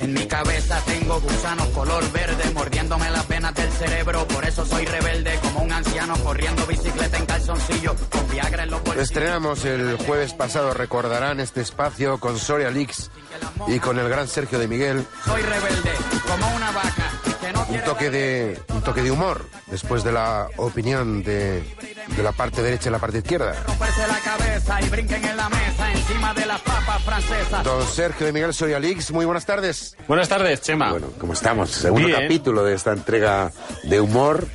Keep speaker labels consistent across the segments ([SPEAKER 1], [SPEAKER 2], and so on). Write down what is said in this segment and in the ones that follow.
[SPEAKER 1] En mi cabeza tengo gusanos color verde mordiéndome las venas del cerebro, por eso soy rebelde como un anciano corriendo bicicleta en calzoncillo con Viagra en los bolsillos.
[SPEAKER 2] Estrenamos el jueves pasado, recordarán este espacio con Soria Leaks y con el gran Sergio de Miguel.
[SPEAKER 1] Soy rebelde como una vaca que no
[SPEAKER 2] Un
[SPEAKER 1] quiere
[SPEAKER 2] toque de, un toque de humor después de la opinión de, de la parte derecha y la parte izquierda.
[SPEAKER 1] romperse la cabeza y brinquen en la mesa encima de las papas francesas.
[SPEAKER 2] Don Sergio de Miguel Soria Leaks, muy buenas tardes.
[SPEAKER 3] Buenas tardes, Chema.
[SPEAKER 2] Bueno, ¿cómo estamos? Segundo
[SPEAKER 3] Ah. Bien.
[SPEAKER 2] capítulo de esta entrega de humor.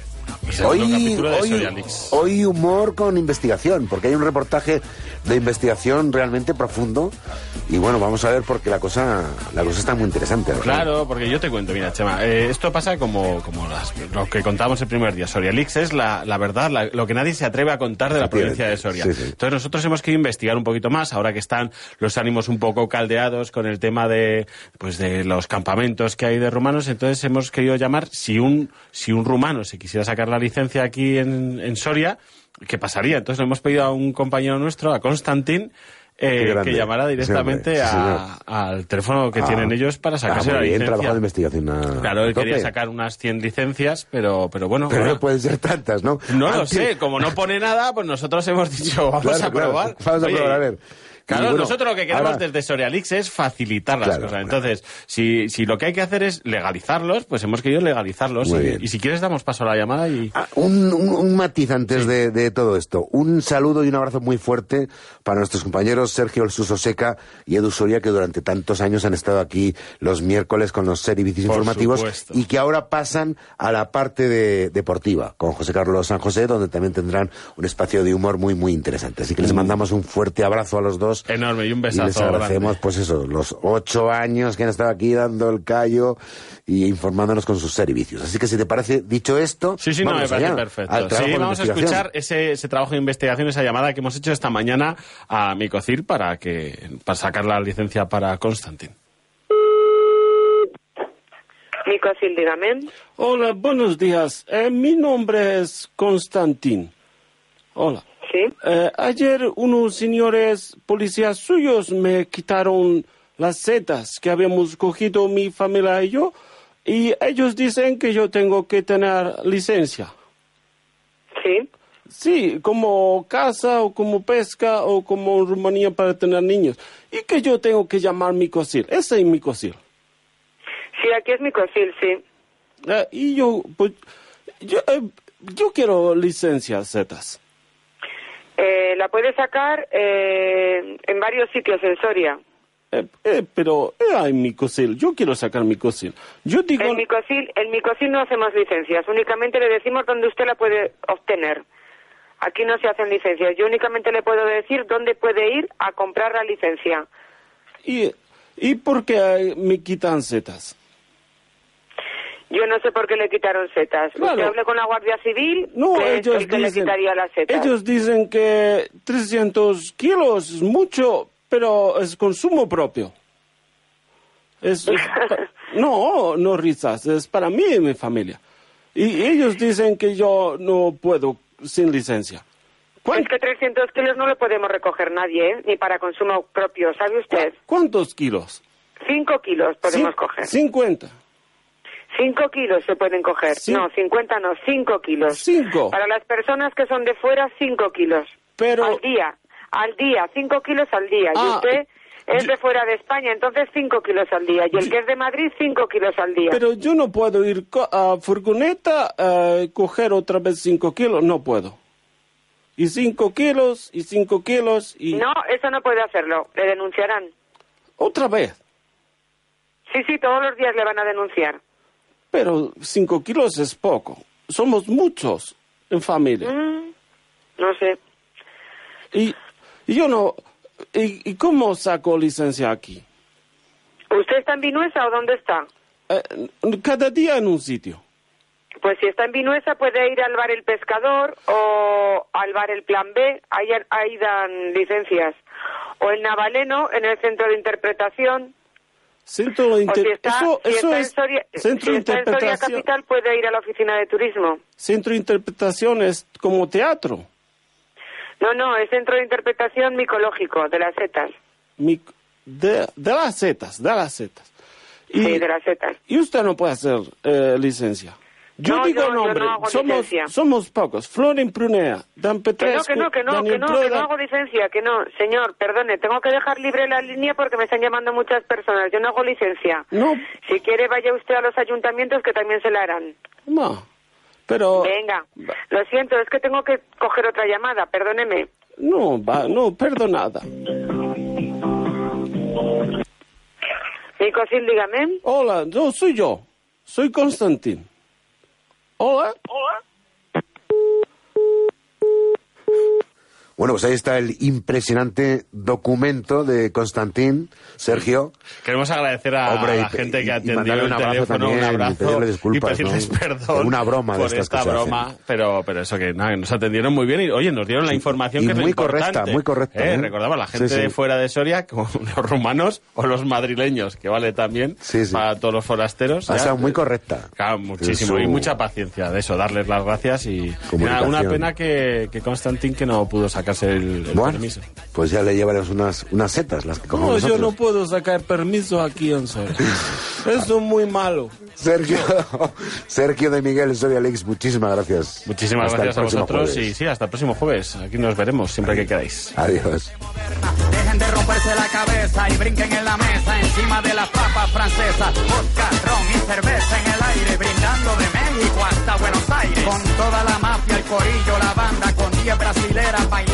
[SPEAKER 3] Segundo
[SPEAKER 2] Hoy,
[SPEAKER 3] capítulo de Soria
[SPEAKER 2] hoy,
[SPEAKER 3] Leaks.
[SPEAKER 2] hoy humor con investigación, porque hay un reportaje de investigación realmente profundo. Y bueno, vamos a ver porque la cosa, la cosa está muy interesante. ¿verdad?
[SPEAKER 3] Claro, porque yo te cuento, mira, Chema, eh, esto pasa como, como las- lo que contábamos el primer día. Soria Leaks es la, la verdad, la- lo que nadie se atreve a contar de la provincia de Soria.
[SPEAKER 2] Sí, sí.
[SPEAKER 3] Entonces nosotros hemos querido investigar un poquito más, ahora que están los ánimos un poco caldeados con el tema de, pues de los campamentos que hay de rumanos, entonces hemos querido llamar, si un, si un rumano se quisiera sacar la licencia aquí en, en Soria, ¿qué pasaría? Entonces le hemos pedido a un compañero nuestro, a Constantín, eh,
[SPEAKER 2] Qué grande.
[SPEAKER 3] que llamara directamente
[SPEAKER 2] Sí, hombre, sí,
[SPEAKER 3] a- al teléfono que
[SPEAKER 2] Ah.
[SPEAKER 3] tienen ellos para sacarse
[SPEAKER 2] Ah, muy
[SPEAKER 3] la
[SPEAKER 2] bien,
[SPEAKER 3] licencia.
[SPEAKER 2] trabajo de investigación. a-
[SPEAKER 3] Claro, él
[SPEAKER 2] a tope.
[SPEAKER 3] quería sacar unas 100 licencias, pero, pero bueno.
[SPEAKER 2] Pero
[SPEAKER 3] ahora-
[SPEAKER 2] no pueden ser tantas, ¿no?
[SPEAKER 3] No lo
[SPEAKER 2] Antes-
[SPEAKER 3] sé, como no pone nada, pues nosotros hemos dicho, vamos
[SPEAKER 2] Claro,
[SPEAKER 3] a
[SPEAKER 2] claro,
[SPEAKER 3] probar.
[SPEAKER 2] vamos a
[SPEAKER 3] Oye,
[SPEAKER 2] probar, a ver.
[SPEAKER 3] Claro,
[SPEAKER 2] Y bueno,
[SPEAKER 3] nosotros lo que queremos
[SPEAKER 2] ahora-
[SPEAKER 3] desde Sorialix es facilitar las
[SPEAKER 2] Claro,
[SPEAKER 3] cosas.
[SPEAKER 2] claro.
[SPEAKER 3] Entonces, si, si lo que hay que hacer es legalizarlos, pues hemos querido legalizarlos.
[SPEAKER 2] Muy
[SPEAKER 3] Y,
[SPEAKER 2] bien.
[SPEAKER 3] y si quieres damos paso a la llamada y...
[SPEAKER 2] Ah, un, un- un matiz antes de, de todo esto. Un saludo y un abrazo muy fuerte para nuestros compañeros Sergio El Suso Seca y Edu Soria, que durante tantos años han estado aquí los miércoles con los servicios
[SPEAKER 3] Por
[SPEAKER 2] informativos
[SPEAKER 3] supuesto.
[SPEAKER 2] y que ahora pasan a la parte de- deportiva con José Carlos San José, donde también tendrán un espacio de humor muy, muy interesante. Así que
[SPEAKER 3] Mm.
[SPEAKER 2] les mandamos un fuerte abrazo a los dos.
[SPEAKER 3] Enorme, y un besazo
[SPEAKER 2] les agradecemos,
[SPEAKER 3] grande.
[SPEAKER 2] pues eso, los ocho años que han estado aquí dando el callo y informándonos con sus servicios. Así que si te parece, dicho esto,
[SPEAKER 3] Sí, sí, no,
[SPEAKER 2] Vamos
[SPEAKER 3] me parece
[SPEAKER 2] allá, al
[SPEAKER 3] perfecto.
[SPEAKER 2] trabajo
[SPEAKER 3] Sí,
[SPEAKER 2] de
[SPEAKER 3] vamos a
[SPEAKER 2] investigación.
[SPEAKER 3] escuchar ese, ese trabajo de investigación, esa llamada que hemos hecho esta mañana a Micocir para que para sacar la licencia para Constantin.
[SPEAKER 4] Micosil, dígame.
[SPEAKER 5] Hola, buenos días. Eh, mi nombre es Constantín. Hola.
[SPEAKER 4] Sí.
[SPEAKER 5] Eh, ayer unos señores policías suyos me quitaron las setas que habíamos cogido mi familia y yo y ellos dicen que yo tengo que tener licencia.
[SPEAKER 4] Sí.
[SPEAKER 5] Sí, como casa o como pesca o como en Rumanía para tener niños. Y que yo tengo que llamar mi cosil. Ese es mi cosil.
[SPEAKER 4] Sí, aquí es Micosil, sí.
[SPEAKER 5] Eh, y yo, pues, yo, eh, yo quiero licencias setas.
[SPEAKER 4] Eh, la puede sacar eh, en varios sitios en Soria.
[SPEAKER 5] Eh, eh, pero eh, ay, mi cosil, yo quiero sacar mi cosil. Yo digo,
[SPEAKER 4] En Micosil, en Micosil no hacemos licencias, únicamente le decimos dónde usted la puede obtener. Aquí no se hacen licencias, yo únicamente le puedo decir dónde puede ir a comprar la licencia.
[SPEAKER 5] ¿y, ¿y por qué eh, me quitan setas?
[SPEAKER 4] Yo no sé por qué le quitaron setas.
[SPEAKER 5] Claro.
[SPEAKER 4] Usted hable con la Guardia Civil,
[SPEAKER 5] No,
[SPEAKER 4] que es
[SPEAKER 5] ellos
[SPEAKER 4] el que le
[SPEAKER 5] dicen,
[SPEAKER 4] quitaría las setas.
[SPEAKER 5] ellos dicen que 300 kilos es mucho, pero es consumo propio. Es, no, no risas, es para mí y mi familia. Y ellos dicen que yo no puedo sin licencia. ¿Cuán-
[SPEAKER 4] Es que 300 kilos no le podemos recoger nadie, ¿eh? ni para consumo propio, ¿sabe usted?
[SPEAKER 5] ¿Cuántos kilos?
[SPEAKER 4] 5 kilos podemos
[SPEAKER 5] Cin-
[SPEAKER 4] coger.
[SPEAKER 5] 50.
[SPEAKER 4] 5 kilos se pueden coger.
[SPEAKER 5] Sí.
[SPEAKER 4] No, 50 no, 5 kilos.
[SPEAKER 5] Cinco.
[SPEAKER 4] Para las personas que son de fuera, 5 kilos.
[SPEAKER 5] Pero-
[SPEAKER 4] Al día, al día, 5 kilos al día. y
[SPEAKER 5] Ah,
[SPEAKER 4] usted es
[SPEAKER 5] yo-
[SPEAKER 4] de fuera de España, entonces 5 kilos al día. Y el
[SPEAKER 5] Yo-
[SPEAKER 4] que es de Madrid, 5 kilos al día.
[SPEAKER 5] Pero yo no puedo ir co- a furgoneta a coger otra vez 5 kilos, no puedo. Y 5 kilos, y 5 kilos, y
[SPEAKER 4] No, eso no puede hacerlo. Le denunciarán.
[SPEAKER 5] otra vez.
[SPEAKER 4] Sí, sí, todos los días le van a denunciar.
[SPEAKER 5] Pero 5 kilos es poco. Somos muchos en familia.
[SPEAKER 4] Mm, no sé.
[SPEAKER 5] Y, y yo no... ¿Y, y cómo saco licencia aquí?
[SPEAKER 4] ¿Usted está en Vinuesa o dónde está?
[SPEAKER 5] Eh, cada día en un sitio.
[SPEAKER 4] Pues si está en Vinuesa puede ir al bar El Pescador o al bar El Plan B, ahí, ahí dan licencias. O en Navaleno, en el centro de interpretación.
[SPEAKER 5] Centro de
[SPEAKER 4] O si
[SPEAKER 5] inter-
[SPEAKER 4] está,
[SPEAKER 5] eso,
[SPEAKER 4] si
[SPEAKER 5] eso
[SPEAKER 4] está
[SPEAKER 5] es
[SPEAKER 4] en Soria,
[SPEAKER 5] centro
[SPEAKER 4] si
[SPEAKER 5] de
[SPEAKER 4] está en Soria
[SPEAKER 5] interpretación.
[SPEAKER 4] Capital puede ir a la oficina de turismo.
[SPEAKER 5] Centro de interpretación es como teatro.
[SPEAKER 4] No, no, es centro de interpretación micológico, de las setas.
[SPEAKER 5] Mi- de, de las setas, de las setas. Y,
[SPEAKER 4] Sí, de las setas.
[SPEAKER 5] y usted no puede hacer eh, licencia. Yo
[SPEAKER 4] No,
[SPEAKER 5] digo
[SPEAKER 4] yo- yo
[SPEAKER 5] nombre,
[SPEAKER 4] no hago
[SPEAKER 5] somos,
[SPEAKER 4] licencia.
[SPEAKER 5] somos pocos. Florin Prunea, Dan
[SPEAKER 4] Que no,
[SPEAKER 5] Petrescu,
[SPEAKER 4] que no, que no,
[SPEAKER 5] Daniel
[SPEAKER 4] que no, que no
[SPEAKER 5] Preda.
[SPEAKER 4] hago licencia, que no. Señor, perdone, tengo que dejar libre la línea porque me están llamando muchas personas. Yo no hago licencia.
[SPEAKER 5] No,
[SPEAKER 4] Si quiere, vaya usted a los ayuntamientos que también se la harán.
[SPEAKER 5] no.
[SPEAKER 3] Oh.
[SPEAKER 5] Pero
[SPEAKER 4] Venga, lo siento, es que tengo que coger otra llamada, perdóneme.
[SPEAKER 5] no, va, no, perdonada.
[SPEAKER 4] Nicosil, dígame.
[SPEAKER 5] Hola, yo soy yo. Soy Constantín. Hola.
[SPEAKER 2] Bueno, pues ahí está el impresionante documento de Constantín, Sergio.
[SPEAKER 3] Queremos agradecer a
[SPEAKER 2] Hombre, y-
[SPEAKER 3] la gente
[SPEAKER 2] y- y
[SPEAKER 3] que ha atendido
[SPEAKER 2] mandarle
[SPEAKER 3] el
[SPEAKER 2] un abrazo
[SPEAKER 3] teléfono,
[SPEAKER 2] también,
[SPEAKER 3] un abrazo
[SPEAKER 2] y pedirle disculpas,
[SPEAKER 3] y pedirles
[SPEAKER 2] ¿no?
[SPEAKER 3] perdón
[SPEAKER 2] Una broma de
[SPEAKER 3] por
[SPEAKER 2] estas ¿eh? que
[SPEAKER 3] esta
[SPEAKER 2] se hacen.
[SPEAKER 3] broma, pero pero eso que nada, que nos atendieron muy bien y oye, nos dieron la información
[SPEAKER 2] y
[SPEAKER 3] que es lo
[SPEAKER 2] muy correcta,
[SPEAKER 3] importante.
[SPEAKER 2] muy correcta,
[SPEAKER 3] Eh,
[SPEAKER 2] ¿eh?
[SPEAKER 3] Recordamos la
[SPEAKER 2] Sí,
[SPEAKER 3] gente
[SPEAKER 2] sí.
[SPEAKER 3] de fuera de Soria, como los rumanos o los madrileños, que vale también
[SPEAKER 2] Sí, sí.
[SPEAKER 3] para todos los forasteros.
[SPEAKER 2] Ha
[SPEAKER 3] ya.
[SPEAKER 2] estado muy correcta.
[SPEAKER 3] Claro, muchísimo
[SPEAKER 2] Su-
[SPEAKER 3] y mucha paciencia de eso, darles las gracias y y nada, una
[SPEAKER 2] Comunicación.
[SPEAKER 3] pena que, que Constantín que no pudo sacarse el, el
[SPEAKER 2] Bueno,
[SPEAKER 3] permiso.
[SPEAKER 2] pues ya le llevaremos unas, unas setas, las que
[SPEAKER 5] No,
[SPEAKER 2] cogemos
[SPEAKER 5] Pues yo no
[SPEAKER 2] nosotros.
[SPEAKER 5] puedo sacar permiso aquí en Soria. Eso es muy malo.
[SPEAKER 2] Sergio, Sergio de Miguel Soria Alex, muchísimas gracias.
[SPEAKER 3] Muchísimas
[SPEAKER 2] Hasta el
[SPEAKER 3] gracias a
[SPEAKER 2] próximo
[SPEAKER 3] vosotros
[SPEAKER 2] jueves.
[SPEAKER 3] y sí, hasta el próximo jueves. Aquí nos veremos siempre que queráis.
[SPEAKER 2] Adiós.
[SPEAKER 1] Dejen de romperse la cabeza y brinquen en la mesa encima de las papas francesas. Vodka, ron y cerveza en el aire, brindando de México hasta Buenos Aires. Con toda la mafia, el corillo, la banda, con 10 brasileras bailando.